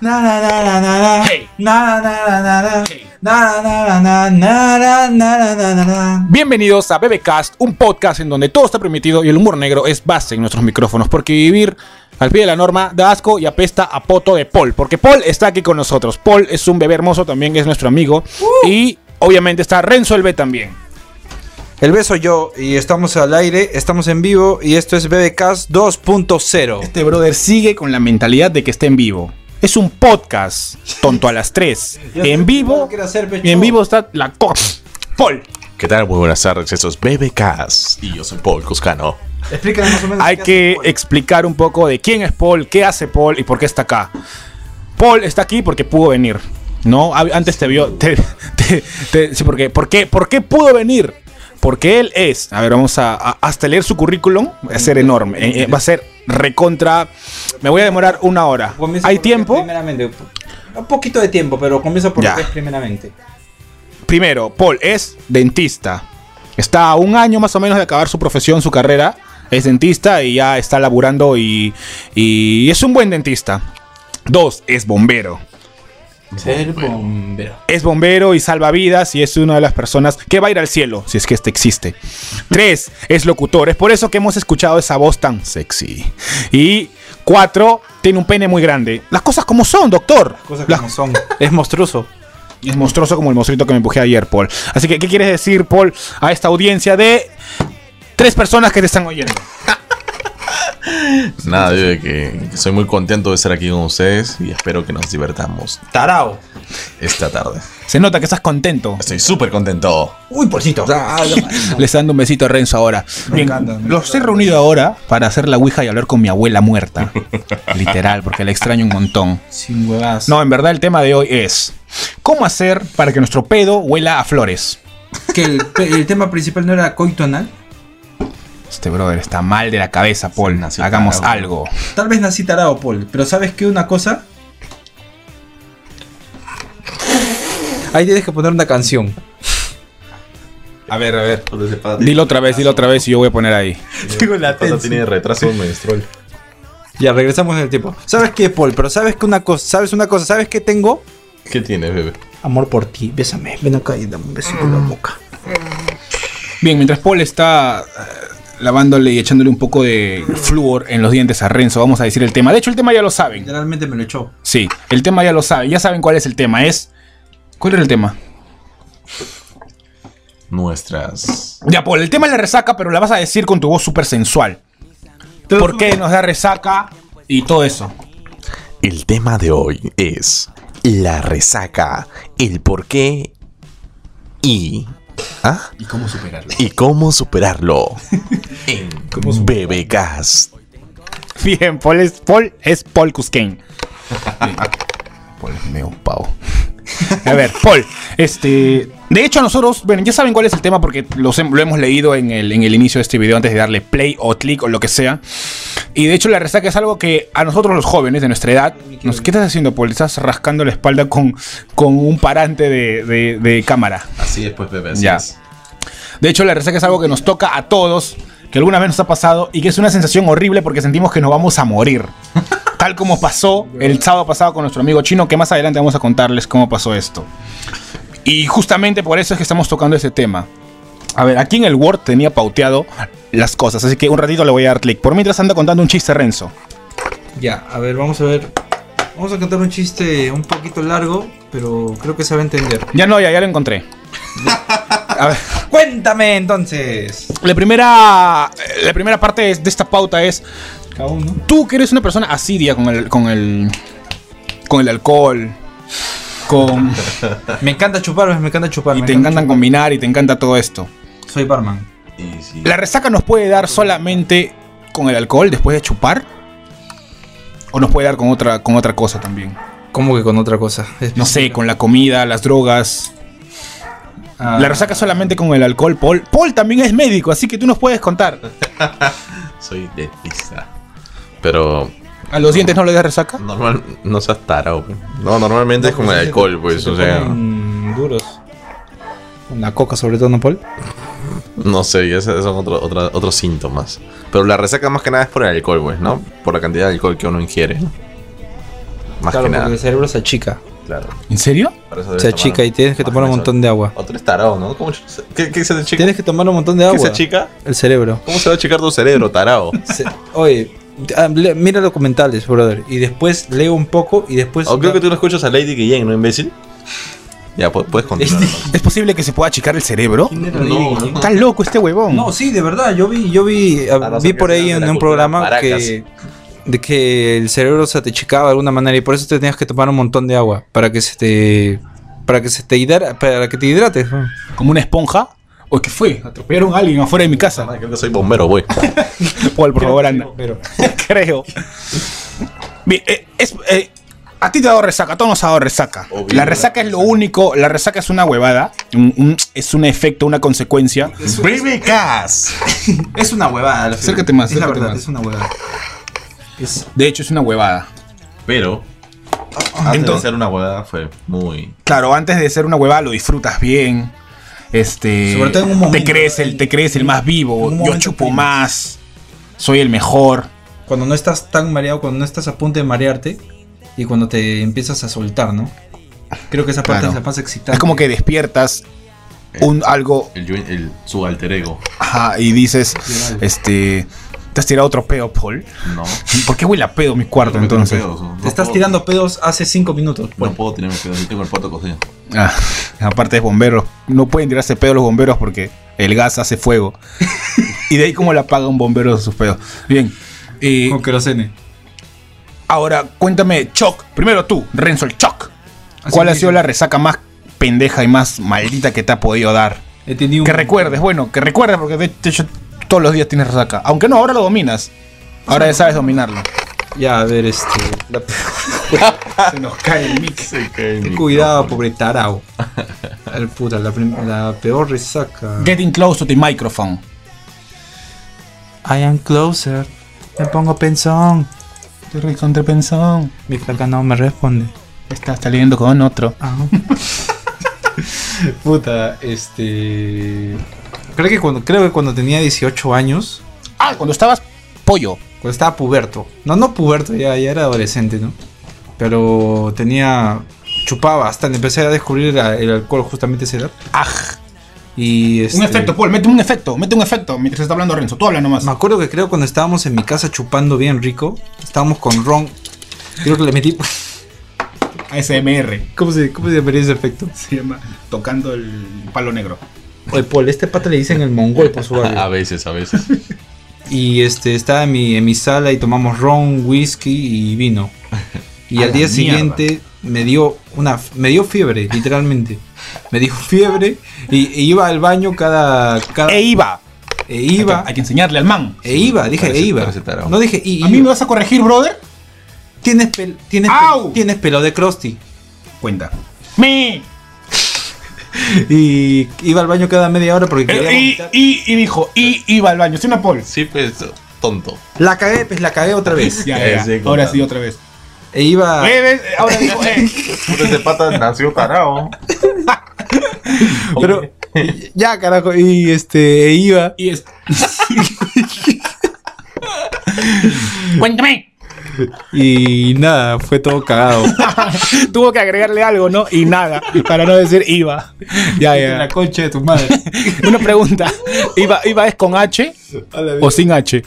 Na na na na na na. Hey. Na na na na na. Hey. Na na na na na na na na na na. Bienvenidos a Bebecast, un podcast en donde todo está permitido y el humor negro es base en nuestros micrófonos, porque vivir al pie de la norma da asco y apesta a poto de Paul, porque Paul está aquí con nosotros. Paul es un bebé hermoso, también es nuestro amigo, y obviamente está Renzo el B también. El beso yo y estamos al aire, estamos en vivo y esto es BBcast 2.0. Este brother sigue con la mentalidad de que está en vivo. Es un podcast, tonto a las 3. en vivo, en vivo está la co- Paul. ¿Qué tal? Muy buenas tardes, estos es BBKs y yo soy Paul Cuscano. Explícanos más o menos Hay qué que hace explicar un poco de quién es Paul, qué hace Paul y por qué está acá. Paul está aquí porque pudo venir. No, A- antes te vio. te- te- te- sí, porque, ¿por, qué, ¿Por qué pudo venir? Porque él es. A ver, vamos a, a- hasta leer su currículum. Va a ser enorme. eh, eh, va a ser recontra. Me voy a demorar una hora. Paul. Comienza ¿Hay por lo que es tiempo? Primeramente, un poquito de tiempo, pero comienza por Ya. lo que es primeramente. Primero, Paul es dentista. Está a un año más o menos de acabar su profesión, su carrera. Es dentista y ya está laburando y, y es un buen dentista. Dos, es bombero. Ser bombero. Es bombero y salva vidas y es una de las personas que va a ir al cielo, si es que este existe. Tres, es locutor. Es por eso que hemos escuchado esa voz tan sexy. Y cuatro, tiene un pene muy grande. Las cosas como son, doctor. Cosas Las- como son. Es monstruoso. es monstruoso como el monstruito que me empujé ayer, Paul. Así que, ¿qué quieres decir, Paul, a esta audiencia de tres personas que te están oyendo? Pues nada, yo de que soy muy contento de estar aquí con ustedes y espero que nos divertamos Tarao. esta tarde. Se nota que estás contento. Estoy súper contento. Uy, porcito. Les dando un besito a Renzo ahora. Bien, los he reunido ahora para hacer la ouija y hablar con mi abuela muerta. Literal, porque la extraño un montón. Sin huevadas. No, en verdad el tema de hoy es ¿Cómo hacer para que nuestro pedo huela a flores? Que el, el tema principal no era coito anal. Este brother está mal de la cabeza, Paul. nació Hagamos tarado. algo. Tal vez nací tarao, Paul, pero ¿sabes qué? Una cosa. Ahí tienes que poner una canción. A ver, a ver. Dilo otra vez, dilo otra vez y yo voy a poner ahí. Tengo la tensión. tiene retraso menstrual. Ya, regresamos en el tiempo. ¿Sabes qué, Paul? Pero ¿sabes que una cosa? ¿Sabes una cosa? ¿Sabes qué tengo? ¿Qué tiene, bebé? Amor por ti. Bésame. Ven acá y dame un beso en la boca. Bien, mientras Paul está eh, lavándole y echándole un poco de flúor en los dientes a Renzo, vamos a decir el tema. De hecho, el tema ya lo saben. Literalmente me lo echó. Sí, el tema ya lo saben. Ya saben cuál es el tema. Es. ¿Cuál era el tema? Nuestras. Ya, Paul, el tema es la resaca, pero la vas a decir con tu voz súper sensual. ¿Por qué nos da resaca y todo eso? El tema de hoy es la resaca, el por qué y. ¿Ah? ¿Y cómo superarlo? Y cómo superarlo. en BBKs. Bien, Paul es Paul, es Paul Cusquein. Paul es medio un pavo. A ver, Paul, este. De hecho, nosotros, bueno, ya saben cuál es el tema porque los hem- lo hemos leído en el, en el inicio de este video antes de darle play o click o lo que sea. Y de hecho, la resaca es algo que a nosotros los jóvenes de nuestra edad. Nos, ¿Qué estás haciendo, Paul? Estás rascando la espalda con, con un parante de, de- de cámara. Así es, pues, bebé. así Ya. es. De hecho, la resaca es algo que nos toca a todos, que alguna vez nos ha pasado y que es una sensación horrible porque sentimos que nos vamos a morir. Tal como pasó el sábado pasado con nuestro amigo chino, que más adelante vamos a contarles cómo pasó esto. Y justamente por eso es que estamos tocando este tema. A ver, aquí en el Word tenía pauteado las cosas, así que un ratito le voy a dar clic. Por mientras anda contando un chiste Renzo. Ya, a ver, vamos a ver. Vamos a cantar un chiste un poquito largo, pero creo que se va a entender. Ya no, ya, ya lo encontré. A ver. Cuéntame entonces. La primera, la primera parte es- de esta pauta es Cada uno. Tú que eres una persona asidia con el. con el. con el alcohol. Con. Me encanta chupar, me encanta chupar. Y me te encanta encantan combinar y te encanta todo esto. chupar. Soy barman. Y sí. ¿La resaca nos puede dar solamente con el alcohol después de chupar? ¿O nos puede dar con otra, con otra cosa también? ¿Cómo que con otra cosa? No sé, con la comida, las drogas. Ah, La resaca solamente con el alcohol, Paul. Paul también es médico, así que tú nos puedes contar. Soy dentista. Pero ¿A los dientes no le das resaca? normal, no seas pues. tarado. pe. No, normalmente es como el se te- alcohol, pues. se O te sea, ponen duros. Con la coca, sobre todo, ¿no, Paul? no sé, ya esos son otro- otra- otros síntomas. Pero la resaca más que nada es por el alcohol, pues, ¿no? Por la cantidad de alcohol que uno ingiere. más claro, porque que nada. el cerebro se achica. Claro. ¿En serio? Para eso Se debes tomar achica y tienes que más tomar un sol. montón de agua. Otro es tarao, ¿no? ¿Cómo ch- ¿Qué, qué se te achica? Tienes que tomar un montón de ¿Qué se agua. achica? El cerebro. ¿Cómo se va a achicar tu cerebro, tarao? Se- oye, ah, le- mira los comentarios, brother. Y después leo un poco y después. O Oh, creo que tú no escuchas a Lady Guillén, ¿no, imbécil? Ya, pu- puedes continuar. ¿no? ¿Es posible que se pueda achicar el cerebro? ¿Quién era No, Lady no. Gaga? Está loco este huevón. No, sí, de verdad, yo vi, yo vi, ah, A no vi ser que por ahí seas de en la un cultura programa Paracas. que, de que el cerebro se te chicaba de alguna manera y por eso te tenías que tomar un montón de agua para que se te, para que se te hidra- para que te hidrates. ¿no? Como una esponja. ¿O qué fue? Atropellaron a alguien afuera de mi casa. Creo que soy bombero, voy. Paul, por favor, anda. Pero Creo. Bien, eh, es- eh, a ti te ha dado resaca, a todos nos ha dado resaca. Obvio. la resaca es lo único, la resaca es una huevada, un- un- es un efecto, una consecuencia. ¡Baby Cass! Es una huevada. la Acércate fibra. más, Es la acércate verdad, más. es una huevada. De hecho, es una huevada. Pero, Ah, antes Entonces- de hacer una huevada fue muy... Claro, antes de ser una huevada lo disfrutas bien. Este, Sobre todo en un te momento, crees el, te crees el más vivo. un Yo momento chupo primo. más. Soy el mejor. cuando no estás tan mareado, cuando no estás a punto de marearte y cuando te empiezas a soltar, ¿no? Creo que esa parte Claro. es la más excitante. Es como que despiertas un algo El, yo- el, su alter ego. ajá, y dices, este, te has tirado otro pedo, Paul. No. ¿Por qué huele a pedo mi cuarto No tengo entonces? pedos, no te estás puedo- tirando pues. pedos hace 5 minutos. No puedo tener pedos, yo tengo el pato cocido. Ah, aparte es bomberos. No pueden tirarse pedo los bomberos porque el gas hace fuego. y de ahí como la apaga un bombero sus pedos. Bien. eh, Con querosene. ahora, cuéntame, Choc. Primero tú, Renzo, el Choc. Así ¿Cuál ha mismo. sido la resaca más pendeja y más maldita que te ha podido dar? He tenido un- Que recuerdes, bueno, que recuerdes porque de de hecho todos los días tienes resaca. Aunque no, ahora lo dominas. Ahora ya sabes dominarlo. Ya, a ver, este. la- Se nos cae el mix. Ten cuidado, pobre tarao. El puta, la, prim- la peor resaca. Getting close to the microphone. I am closer. Me pongo pensón. Te recontrapensón. Mi flaca no me responde. Estás saliendo con otro. Ah. Puta, este. Creo que cuando, creo que cuando tenía 18 años, Ah, cuando estabas pollo. cuando estaba puberto. No, no puberto, ya, ya era adolescente, ¿no? Pero tenía. Chupaba bastante. Empecé a descubrir la- el alcohol justamente a esa edad. Aj. Y Un este, efecto, Paul, mete un efecto, mete un efecto mientras está hablando Renzo. Tú habla nomás. Me acuerdo que creo cuando estábamos en mi casa chupando bien rico, estábamos con Ron. Creo que le metí. ASMR. ¿Cómo se, cómo se llamaría ese efecto? Se llama Tocando el palo negro. Oye, Paul, este pata le dicen el mongol por su barrio. A veces, a veces. Y este, estaba en mi, en mi sala y tomamos ron, whisky y vino. Y A al la día mierda. siguiente me dio una f- me dio fiebre, literalmente. Me dio fiebre y, e iba al baño cada. cada E iba. e iba. Hay que enseñarle al man. E iba, dije e Parece- iba. parece tarado. No dije y. ¿A mí me vas a corregir, brother? Tienes, pel- tienes, pel- ¡Au! tienes pelo de Krusty. Cuenta. Me. Y iba al baño cada media hora porque quería Y, vomitar. y, y dijo, y iba al baño. Sí, una Paul. Sí, pues, tonto. La cagué, pues la cagué otra vez. Ya, Eh, ya. sí, Ahora contando. sí, otra vez. E iba. Eh, ves, eh, Ahora dijo, eh. Pues Ese pata nació tarao. Pero ya, carajo, y este, iba. Y es. Cuéntame. Y nada, fue todo cagado. Tuvo que agregarle algo, ¿no? Y nada. Para no decir iba. Ya, ya. la concha de tu madre. Una pregunta. ¿Iba, iba es con H o sin H?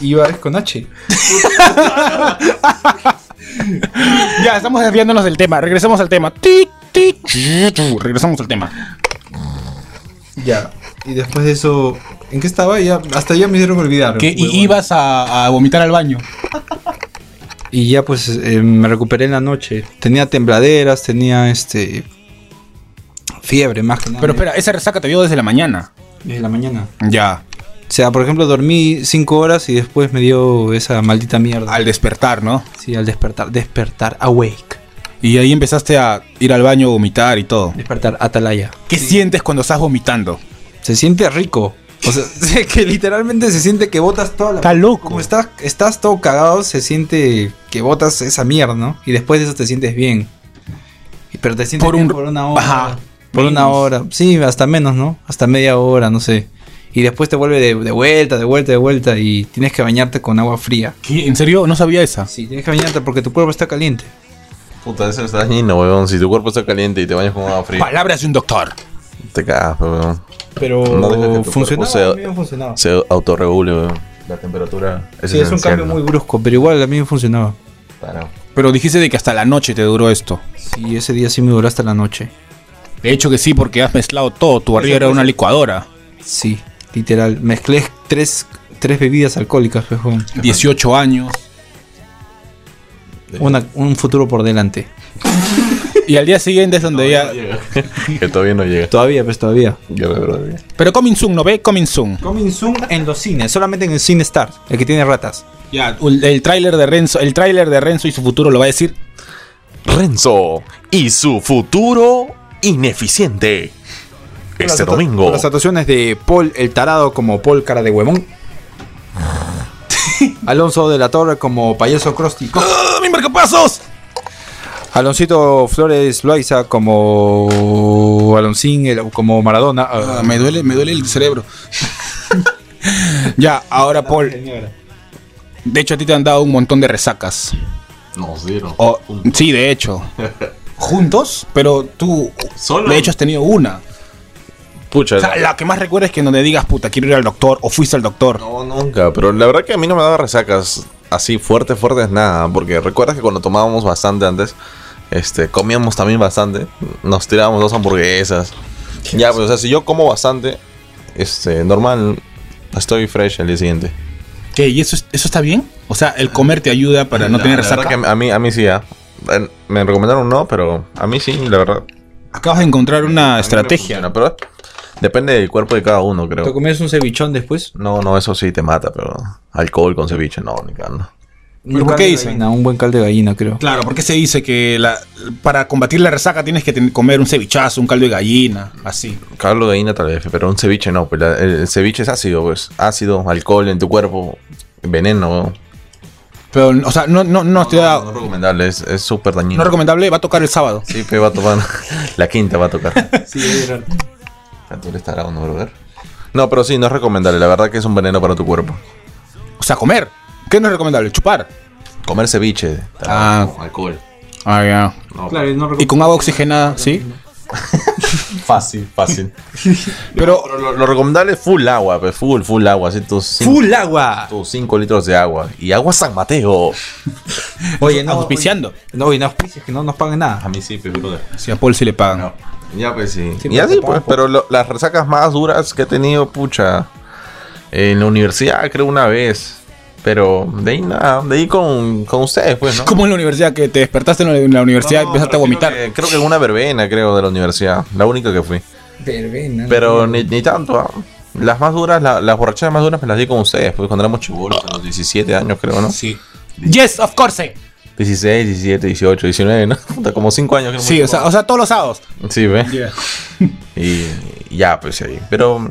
Iba es con H. Ya, estamos desviándonos del tema. Regresemos al tema. Ti, ti, chu, chu. Regresamos al tema. Ya. Y después de eso, ¿en qué estaba? Ya, hasta ya me hicieron olvidar. Que huevón. y ibas a, a vomitar al baño. Y ya pues eh, me recuperé en la noche. Tenía tembladeras, tenía este. Fiebre más que nada. Pero espera, esa resaca te dio desde la mañana. Desde la mañana. Ya. O sea, por ejemplo, dormí 5 horas y después me dio esa maldita mierda. Al despertar, ¿no? Sí, al despertar. Despertar, awake. Y ahí empezaste a ir al baño, vomitar y todo. Despertar, atalaya. ¿Qué sientes cuando estás vomitando? Se siente rico. O sea, se- que literalmente se siente que botas toda la. Está loco. Como estás, estás todo cagado, se siente que botas esa mierda, ¿no? Y después de eso te sientes bien. Y- Pero te sientes Por bien un- por una hora. Ajá, por una menos. hora. Sí, hasta menos, ¿no? Hasta media hora, no sé. Y después te vuelve de, de vuelta, de vuelta, de vuelta. Y tienes que bañarte con agua fría. ¿En serio? No sabía esa. Sí, tienes que bañarte porque tu cuerpo está caliente. Puta, eso está dañino, weón. Si tu cuerpo está caliente y te bañas con agua fría, Palabras de un doctor. te cagas, weón. Pero No deja que tu funcionaba, cuerpo sea- a mí me funcionaba. Sí, Se autorregule, weón. La temperatura es es un cambio muy brusco, pero igual a mí me funcionaba. Para. Pero dijiste de que hasta la noche te duró esto. Sí, ese día sí me duró hasta la noche. De hecho que sí, porque has mezclado todo. Tu barriga era una licuadora. Sí, literal. Mezclé tres, tres bebidas alcohólicas, pues, pejón. 18 años. Una- un futuro por delante. Y al día siguiente es donde ya... Que todavía no llega. Todavía, pues todavía. Yo me bro. Pero coming soon, ¿no ve? Coming soon. Coming soon en los cines, solamente en el Cine Star, el que tiene ratas. Ya, el, el tráiler de Renzo, el tráiler de Renzo y su futuro lo va a decir. Renzo y su futuro ineficiente. Este Con las actu- con domingo. Las actuaciones de Paul el Tarado como Paul Cara de Huevón. Alonso de la Torre como Payaso Cróstico. ¡Ah, ¡Mi marcapasos! Aloncito Flores Loaiza como Aloncín, el- como Maradona. Ah, me duele, me duele el cerebro. ya, ahora Paul. De hecho, a ti te han dado un montón de resacas. No, cero. O- sí, de hecho. Juntos, pero tú Solo. de hecho has tenido una. Pucha, O sea, la que más recuerdas es que en donde digas, puta, quiero ir al doctor o fuiste al doctor. No, nunca, pero la verdad que a mí no me daba resacas así fuerte, fuertes nada, porque recuerdas que cuando tomábamos bastante antes, este, comíamos también bastante, nos tirábamos dos hamburguesas. Ya, pues, o sea, si yo como bastante, este, normal, estoy fresh el día siguiente. ¿Qué? ¿Y eso, es- eso está bien? O sea, el comer te ayuda para no La- tener la verdad resaca. que a mí, a mí sí, ya. Eh, Me recomendaron no, pero a mí sí, la verdad. Acabas de encontrar una estrategia. Funciona, pero depende del cuerpo de cada uno, ¿Te creo. comías un cevichón después? No, no, eso sí te mata, pero alcohol con ceviche, no, ni cagando. ¿Pero por qué dicen? Un buen caldo de gallina, creo. Claro, porque se dice que la- para combatir la resaca tienes que ten- comer un cevichazo, un caldo de gallina, así. Caldo de gallina tal vez, pero un ceviche no, pues la- el ceviche es ácido, pues. Ácido, alcohol en tu cuerpo, veneno. Pero, o sea, no, no, no, te da- No es recomendable, es es súper dañino. no recomendable, va a tocar el sábado. Sí, pe, va a tocar. la quinta va a tocar. Sí, Ah, ¿Tú le estarás dando, brother? No, pero sí, no es recomendable. La verdad que es un veneno para tu cuerpo. O sea, comer. ¿Qué no es recomendable? Chupar. Comer ceviche. Ah. con alcohol. Ah, ya. No, Y con agua oxigenada, ¿sí? Fácil, fácil. Pero, Pero lo, lo recomendable es full agua, pe, full, full agua. Así tus cinco- ¡Full agua! tus 5 litros de agua. Y agua San Mateo. Oye, no. auspiciando. No, y no auspicias que no nos paguen nada. mí sí, brother. Si a Paul sí le pagan. Ya pues sí. Sí, y pero así te pues, pongo. pero lo- las resacas más duras que he tenido, pucha. En la universidad creo una vez. Pero de ahí nada, de ahí con, con ustedes, pues, ¿no? Como en la universidad, que te despertaste en la- en la universidad y No, empezaste a pero vomitar. Creo que, creo que en una verbena, creo, de la universidad. La única que fui. Pero Mm. ni, ni tanto, ah. Las más duras, la- las borrachadas más duras me las di con ustedes, pues cuando éramos chibolos, a los 17 años, creo, ¿no? Sí. Yes, of course. 16, 17, 18, 19, ¿no? Puta, Como 5 años. creo, Sí, muy o sea, chibolos. o sea, todos los sábados. Sí, ve. Y y ya, pues ahí. Pero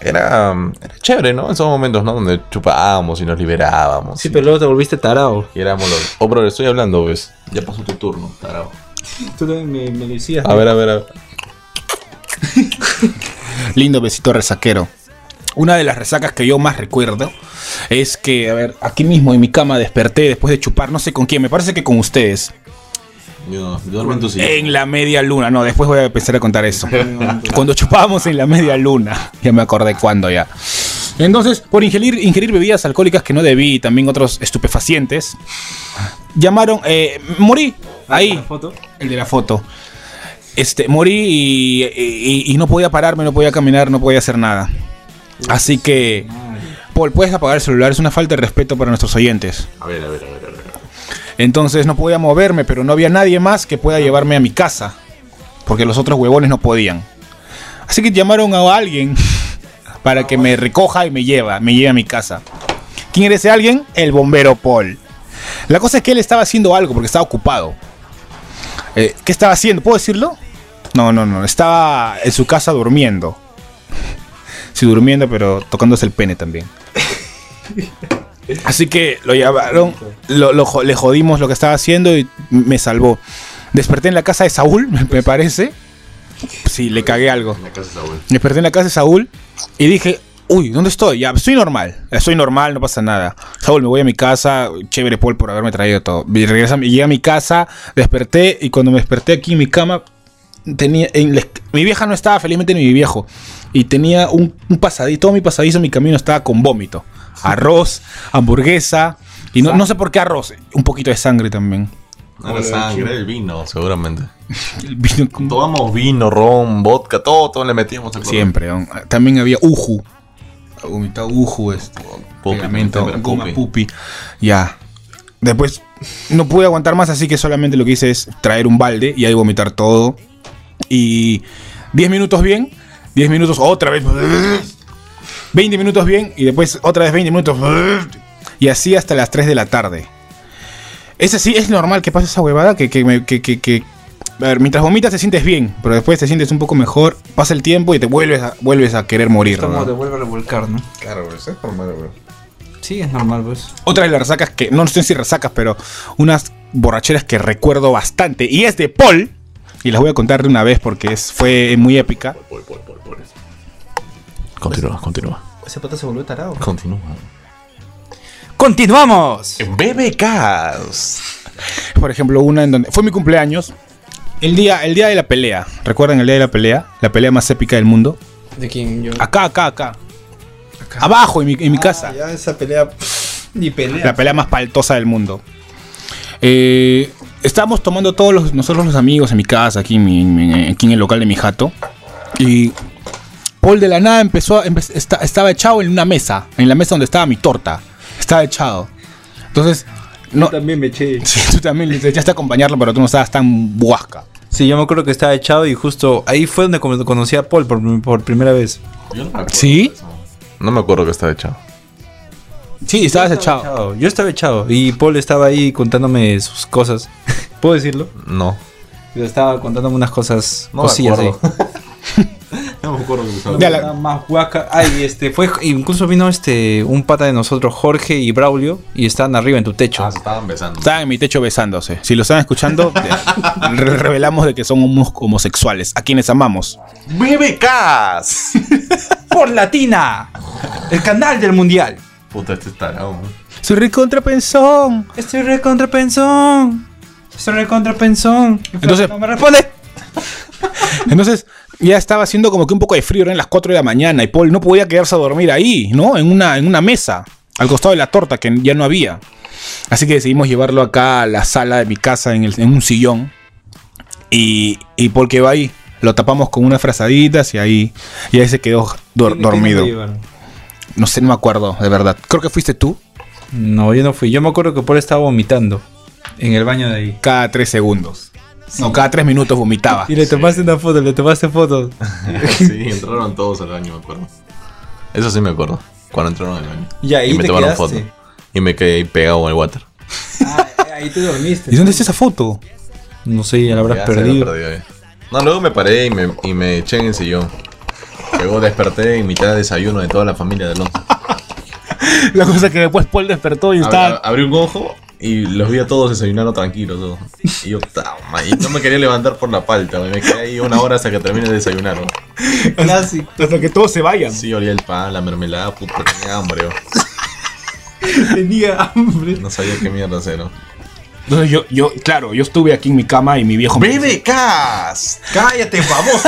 era, um, era chévere, ¿no? En esos momentos, ¿no? Donde chupábamos y nos liberábamos. Sí, pero luego te volviste tarado. Y éramos los. Oh, brother, estoy hablando, ¿ves? Ya pasó tu turno, tarado. Tú me, me decías. A ver, a ver, a ver. Lindo besito resaquero. Una de las resacas que yo más recuerdo es que, a ver, aquí mismo en mi cama desperté después de chupar, no sé con quién, me parece que con ustedes. Yo, yo duermo en tu En la media luna, no, después voy a empezar a contar eso. Cuando chupábamos en la media luna, ya me acordé cuándo ya. Entonces, por ingerir, ingerir bebidas alcohólicas que no debí y también otros estupefacientes, llamaron, eh, morí, ahí, el de la foto. Este, morí y, y- y no podía pararme, no podía caminar, no podía hacer nada. Así que, Paul, puedes apagar el celular, es una falta de respeto para nuestros oyentes. A ver, a ver, a ver. A ver. Entonces no podía moverme, pero no había nadie más que pueda llevarme a mi casa. Porque los otros huevones no podían. Así que llamaron a alguien para que me recoja y me lleva, me lleve a mi casa. ¿Quién era ese alguien? El bombero Paul. La cosa es que él estaba haciendo algo porque estaba ocupado. Eh, ¿Qué estaba haciendo? ¿Puedo decirlo? No, no, no. Estaba en su casa durmiendo. Sí, durmiendo, pero tocándose el pene también. Así que lo llamaron, lo- lo jo- le jodimos lo que estaba haciendo y me salvó. Desperté en la casa de Saúl, me, me parece. Sí, le cagué algo. Desperté en la casa de Saúl y dije, Uy, ¿dónde estoy? Ya, estoy normal. Estoy normal, no pasa nada. Saúl, me voy a mi casa. Chévere, Paul, por haberme traído todo. Y regresa, y llegué a mi casa, desperté. Y cuando me desperté aquí en mi cama, tenía. en la esc- mi vieja no estaba, felizmente, ni mi viejo. Y tenía un, un pasadizo. Todo mi pasadizo, mi camino estaba con vómito. Arroz, hamburguesa. Y no, no sé por qué arroz. Un poquito de sangre también. No la sangre, el vino, seguramente. El vino Mm. con- Tomamos vino, ron, vodka, todo, todo le metíamos. ¿te acuerdas? Siempre. ¿no? También había uju. Vomitado uju, este. Pupi, pegamento, tempera, goma pupi. pupi. Ya. Después no pude aguantar más, así que solamente lo que hice es traer un balde y ahí vomitar todo. Y 10 minutos bien, 10 minutos otra vez. 20 minutos bien y después otra vez 20 minutos. Y así hasta las 3 de la tarde. Es así, es normal que pase esa huevada que, que, me- que, que, que- A ver, mientras vomitas te sientes bien, pero después te sientes un poco mejor, pasa el tiempo y te vuelves a, vuelves a querer morir. Esto ¿no? como te vuelve a revolcar, ¿no? Claro, güey, eso es normal, güey. Sí, es normal, pues. Otra de las resacas que, no sé si resacas, pero unas borracheras que recuerdo bastante. Y es de Paul. Y las voy a contar de una vez porque es, fue muy épica. Continúa, continúa. Ese pata se volvió tarado. Continúa. ¡Continuamos! En BBKs. Por ejemplo, una en donde. Fue mi cumpleaños. El día, el día de la pelea. ¿Recuerdan el día de la pelea? La pelea más épica del mundo. ¿De quién? Yo. Acá, acá, acá. Abajo, en mi, en mi Ah, casa. Ya esa pelea. Ni pelea. La pelea más paltosa del mundo. Eh, estábamos tomando todos los, nosotros los amigos en mi casa, aquí, en mi- en mi- aquí en el local de mi jato. Y Paul de la nada empezó a- empe- esta- estaba echado en una mesa, en la mesa donde estaba mi torta. Estaba echado. Entonces, no, También me eché. sí, tú también le echaste a acompañarlo, pero tú no estabas tan buasca. Sí, yo me acuerdo que estaba echado y justo ahí fue donde cono- conocí a Paul por, por primera vez. ¿Sí? No me acuerdo que estaba echado. Sí, estabas echado. Echado, Yo estaba echado y Paul estaba ahí contándome sus cosas. ¿Puedo decirlo? No. Yo estaba contándome unas cosas, No me cosillas ahí. acuerdo. No me acuerdo que estaba Ya la- Era más guaca. Ay, este, fue, incluso vino este, un pata de nosotros, Jorge y Braulio, y estaban arriba en tu techo. Ah, se estaban besando. Estaban en mi techo besándose. Si lo están escuchando, de- re- revelamos de que son homos- homosexuales, a quienes amamos. ¡BBKs! ¡Por Latina! El canal del mundial. Puta, este es tarado. ¿no? Su recontrapensón. Estoy recontrapensón. Estoy recontrapensón. Entonces- no me responde. Entonces ya estaba haciendo como que un poco de frío, eran las 4 de la mañana y Paul no podía quedarse a dormir ahí, ¿no? En una, en una mesa, al costado de la torta que ya no había. Así que decidimos llevarlo acá a la sala de mi casa en, el- en un sillón. Y, y Paul que va ahí, lo tapamos con unas frazaditas y ahí, y ahí se quedó dor- dormido. No sé, no me acuerdo, de verdad. Creo que fuiste tú No, yo no fui. Yo me acuerdo que Paul estaba vomitando en el baño de ahí. cada 3 segundos. No, cada 3 minutos vomitaba. Y le tomaste una foto, le tomaste fotos. sí, entraron todos al baño, me acuerdo. Eso sí me acuerdo. Cuando entraron al baño. Y ahí te tomaron quedaste. foto. Y me quedé ahí pegado en el water. ahí te dormiste. ¿Y dónde está esa foto? No sé, ya la habrás Ya se lo perdido. perdió, eh. No, luego me paré y me, y me eché en el sillón. Luego desperté en mitad de desayuno de toda la familia de Alonso. La cosa que después Paul despertó y Ab- estaba ab- abrí un ojo y los vi a todos desayunando tranquilos. todos. Y yo, "Ta madre", y no me quería levantar por la palta. Me quedé ahí una hora hasta que termine de desayunar. ¿no? Clásico. hasta que todos se vayan. Sí, olía el pan, la mermelada, puta, tenía hambre. ¿no? Tenía hambre. No sabía qué mierda hacer. ¿no? Entonces yo, yo, claro, yo estuve aquí en mi cama y mi viejo me dice, ¡BBKs! ¡Cállate, famoso!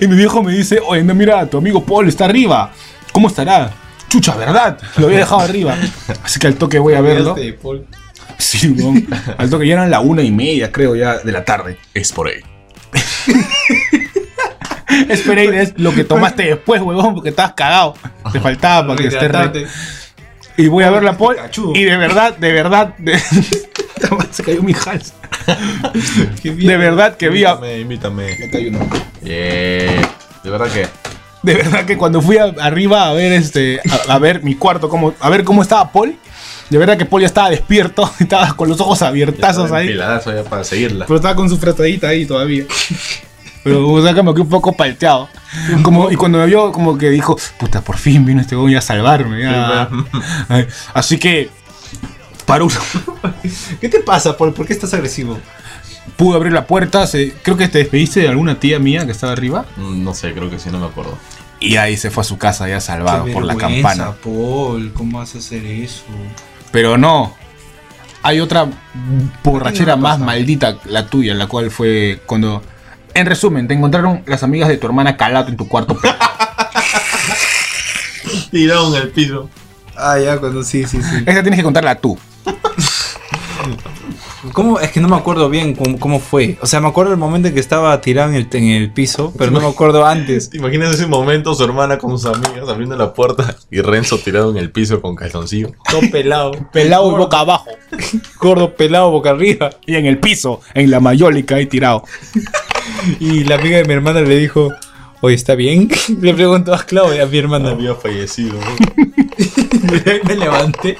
y mi viejo me dice, oye, no, mira, tu amigo Paul está arriba. ¿Cómo estará? Chucha, ¿verdad? Lo había dejado arriba. Así que al toque voy a verlo. Sí, weón. Al toque ya eran la una y media, creo, ya de la tarde. Es por ahí. Esperé y es lo que tomaste después, huevón, porque estabas cagado. Te faltaba para que estés re- Y voy a verla, Paul. Pikachu. Y de verdad, de verdad. de- Se cayó mi hals. De verdad que vi a, Invítame, invítame. Yeah. De verdad que. De verdad que cuando fui a- arriba a ver este a, a ver mi cuarto cómo a ver cómo estaba Paul, de verdad que Paul ya estaba despierto, estaba con los ojos abiertazos ahí, Piladazo ya para seguirla. pero estaba con su fratadita ahí todavía. Pero o sea, como que un poco palteado. Como, y cuando me vio, como que dijo, puta, por fin vino este güey a salvarme. ya". Ay, Así que, para uno. ¿Qué te pasa, Paul? ¿Por qué estás agresivo? pudo abrir la puerta. se- creo que te despediste de alguna tía mía que estaba arriba. Mm, No sé, creo que sí, no me acuerdo. Y ahí se fue a su casa ya salvado Qué por la vergüenza, campana. Paul, ¿cómo vas a hacer eso? Pero no. Hay otra borrachera más maldita, la tuya, la cual fue cuando. En resumen, te encontraron las amigas de tu hermana Calato en tu cuarto. Tirado en el piso. Ah, ya, cuando sí, sí, sí. Esa tienes que contarla tú. ¿Cómo? Es que no me acuerdo bien cómo, cómo fue. O sea, me acuerdo el momento en que estaba tirado en el, en el piso, pero no me acuerdo antes. ¿Te imaginas ese momento, su hermana con sus amigas abriendo la puerta y Renzo tirado en el piso con calzoncillo? Todo pelado. Pelado y boca abajo. Gordo, pelado, boca arriba. Y en el piso, en la mayólica ahí tirado. Y la amiga de mi hermana le dijo, oye, ¿está bien? Le preguntó a Claudia, a mi hermana. Había fallecido. me levanté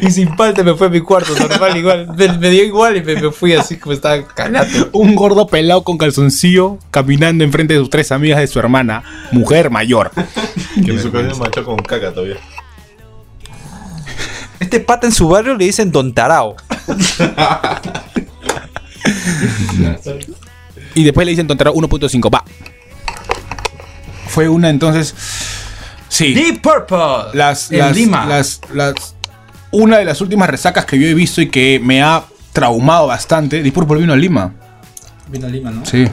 y sin parte me fue a mi cuarto, normal igual. Me, me dio igual y me, me fui así como estaba calato. Un gordo pelado con calzoncillo caminando enfrente de sus tres amigas de su hermana, mujer mayor. y su cabello manchó con caca todavía. Este pata en su barrio le dicen Don Tarao. Y después le dicen tontará 1.5, va. Fue una entonces. Sí. Deep Purple. las, en las- Lima. las- las- una de las últimas resacas que yo he visto y que me ha traumado bastante. Deep Purple vino a Lima. Vino a Lima, ¿no? Sí.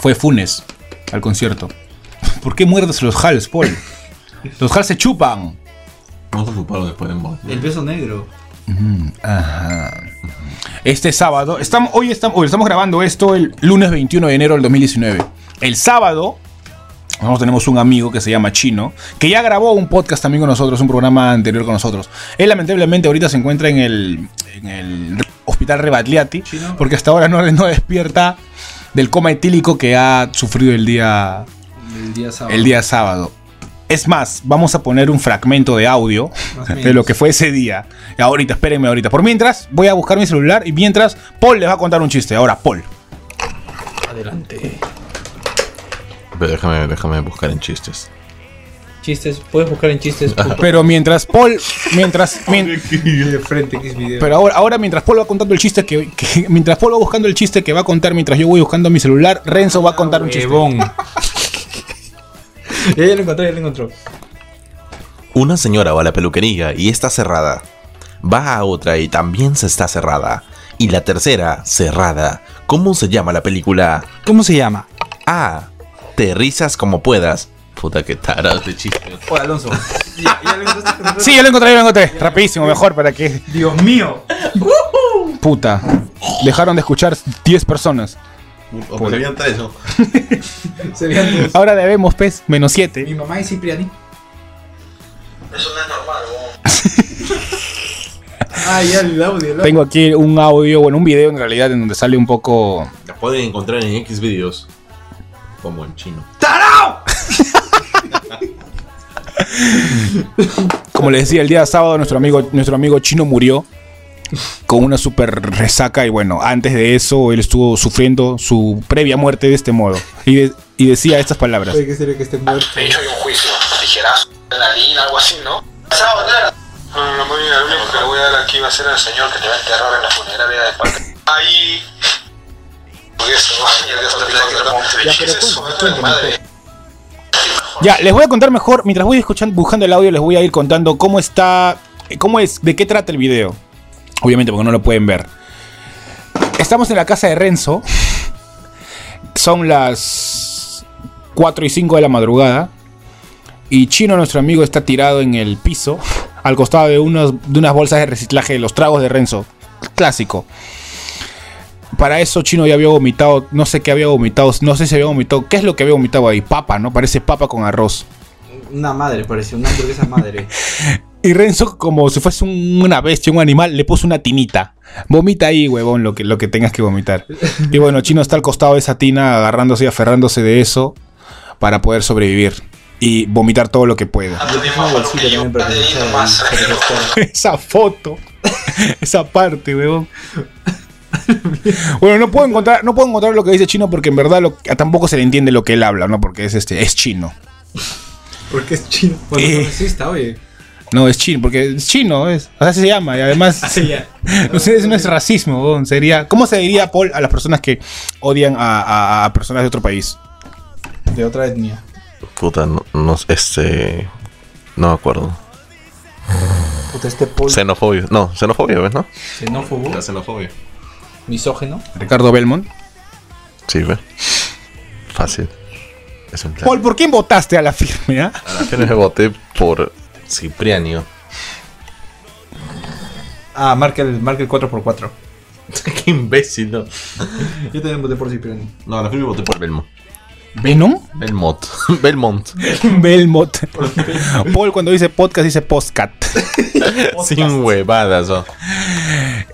Fue Funes al concierto. ¿Por qué muerdes los Hals, Paul? Los Hals se chupan. Vamos a chuparlo después en voz. El beso negro. Este sábado, estamos, hoy estamos, hoy estamos grabando esto el lunes 21 de enero del 2019. El sábado, nosotros tenemos un amigo que se llama Chino, que ya grabó un podcast también con nosotros, un programa anterior con nosotros. Él lamentablemente ahorita se encuentra en el, en el hospital Rebatliati, porque hasta ahora no, no despierta del coma etílico que ha sufrido el día El día sábado. el día sábado. Es más, vamos a poner un fragmento de audio Más o de menos. lo que fue ese día. Ahorita, espérenme ahorita. Por mientras, voy a buscar mi celular y mientras, Paul les va a contar un chiste. Ahora, Paul. Adelante. Pero déjame, déjame buscar en chistes. Chistes, puedes buscar en chistes. Pero mientras Paul, mientras... mien- de frente, que es video. pero ahora, ahora mientras Paul va contando el chiste que, que- Mientras Paul va buscando el chiste que va a contar mientras yo voy buscando mi celular, Renzo va a contar un chiste. Huevón. ya, ya lo encontró, ya lo encontró. Una señora va a la peluquería y está cerrada. Va a otra y también se está cerrada. Y la tercera, cerrada. ¿Cómo se llama la película? ¿Cómo se llama? Ah, te rizas como puedas. Puta que taras de chiste. Hola, Alonso. Ya, ya lo encontraste. Sí, ya lo encontré, ya lo encontré. Rapidísimo, mejor para que... Dios mío. Puta. Dejaron de escuchar 10 personas. Serían dos. Ahora debemos, pez, menos 7. Mi mamá y Cipriani. Eso no es normal, Ah, ya el audio, ¿no? Tengo aquí un audio, bueno, un video en realidad en donde sale un poco. La pueden encontrar en X videos. Como en chino. Como les decía, el día sábado nuestro amigo, nuestro amigo chino murió con una super resaca. Y bueno, antes de eso, él estuvo sufriendo su previa muerte de este modo. Y, de- y decía estas palabras. Puede que sería que esté muerto. De hecho hay un juicio, tijerazo, adrenalina, algo así, ¿no? No, no, muy bien, lo único que le voy a dar aquí va a ser al señor que te va a enterrar en la funeraria de Parque. Ahí. Porque eso, ya te Ya, pero madre. Ya, les voy a contar mejor, mientras voy escuchando, buscando el audio, les voy a ir contando cómo está, eh, cómo es, de qué trata el video. Obviamente porque no lo pueden ver. Estamos en la casa de Renzo. Son las 4 y 5 de la madrugada. Y Chino, nuestro amigo, está tirado en el piso, al costado de, unos, de unas bolsas de reciclaje de los tragos de Renzo. Clásico. Para eso Chino ya había vomitado, no sé qué había vomitado, no sé si había vomitado, ¿qué es lo que había vomitado ahí? Papa, ¿no? Parece papa con arroz. Una madre, pareció una hamburguesa madre. Y Renzo, como si fuese un- una bestia, un animal, le puso una tinita. Vomita ahí, huevón, lo que, lo que tengas que vomitar. Y bueno, Chino está al costado de esa tina, agarrándose y aferrándose de eso para poder sobrevivir y vomitar todo lo que pueda. Esa foto, esa parte, huevón. Bueno, no puedo encontrar, no puedo encontrar lo que dice Chino porque en verdad lo- tampoco se le entiende lo que él habla, ¿no? Porque es este, es chino. Porque es chino. Bueno, Eh. progresista, oye. No, es chino, porque es chino, es. O sea, así se llama. Y además. No sé, eso no es racismo, huevón, Sería. ¿Cómo se diría Paul a las personas que odian a, a- a personas de otro país? De otra etnia. Puta, no, no este. No me acuerdo. Puta, este Paul Xenofobia. No, xenofobia, ¿ves, no? xenófobo, xenofobia. misógeno. Ricardo Belmont. Sí, ¿ves? Fácil. Es un plan. Paul, ¿por quién votaste a la firme? ah? A la gente voté por Cipriano. Ah, marca el, marca el 4x4. Qué imbécil, ¿no? Yo también voté por Cipriani. No, a la firme voté por Belmont. ¿Venom? Belmont. Belmont. Belmont. Paul cuando dice podcast dice postcat. Sin huevadas, ¿no?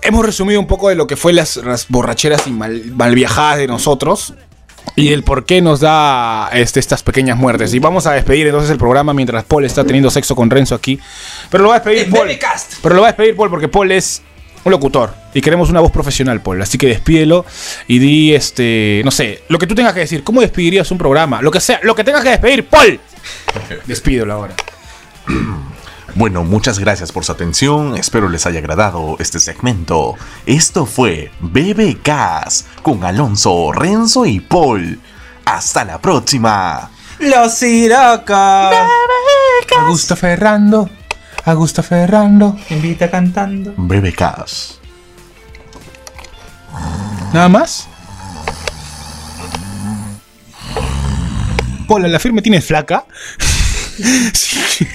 Hemos resumido un poco de lo que fue las, las borracheras y mal, mal viajadas de nosotros. Y el por qué nos da este, estas pequeñas muertes. Y vamos a despedir entonces el programa mientras Paul está teniendo sexo con Renzo aquí. Pero lo va a despedir Paul. Pero lo va a despedir Paul porque Paul es un locutor. Y queremos una voz profesional, Paul. Así que despídelo y di, este, no sé, lo que tú tengas que decir. ¿Cómo despedirías un programa? Lo que sea, lo que tengas que despedir, Paul. Despídelo ahora. Bueno, muchas gracias por su atención. Espero les haya agradado este segmento. Esto fue BBKs con Alonso, Renzo y Paul. Hasta la próxima. Los Sirocos. Augusto Ferrando. Augusto Ferrando. Invita cantando. BBKs. ¿Nada más? Paul, ¿a la firme tienes flaca? Sí.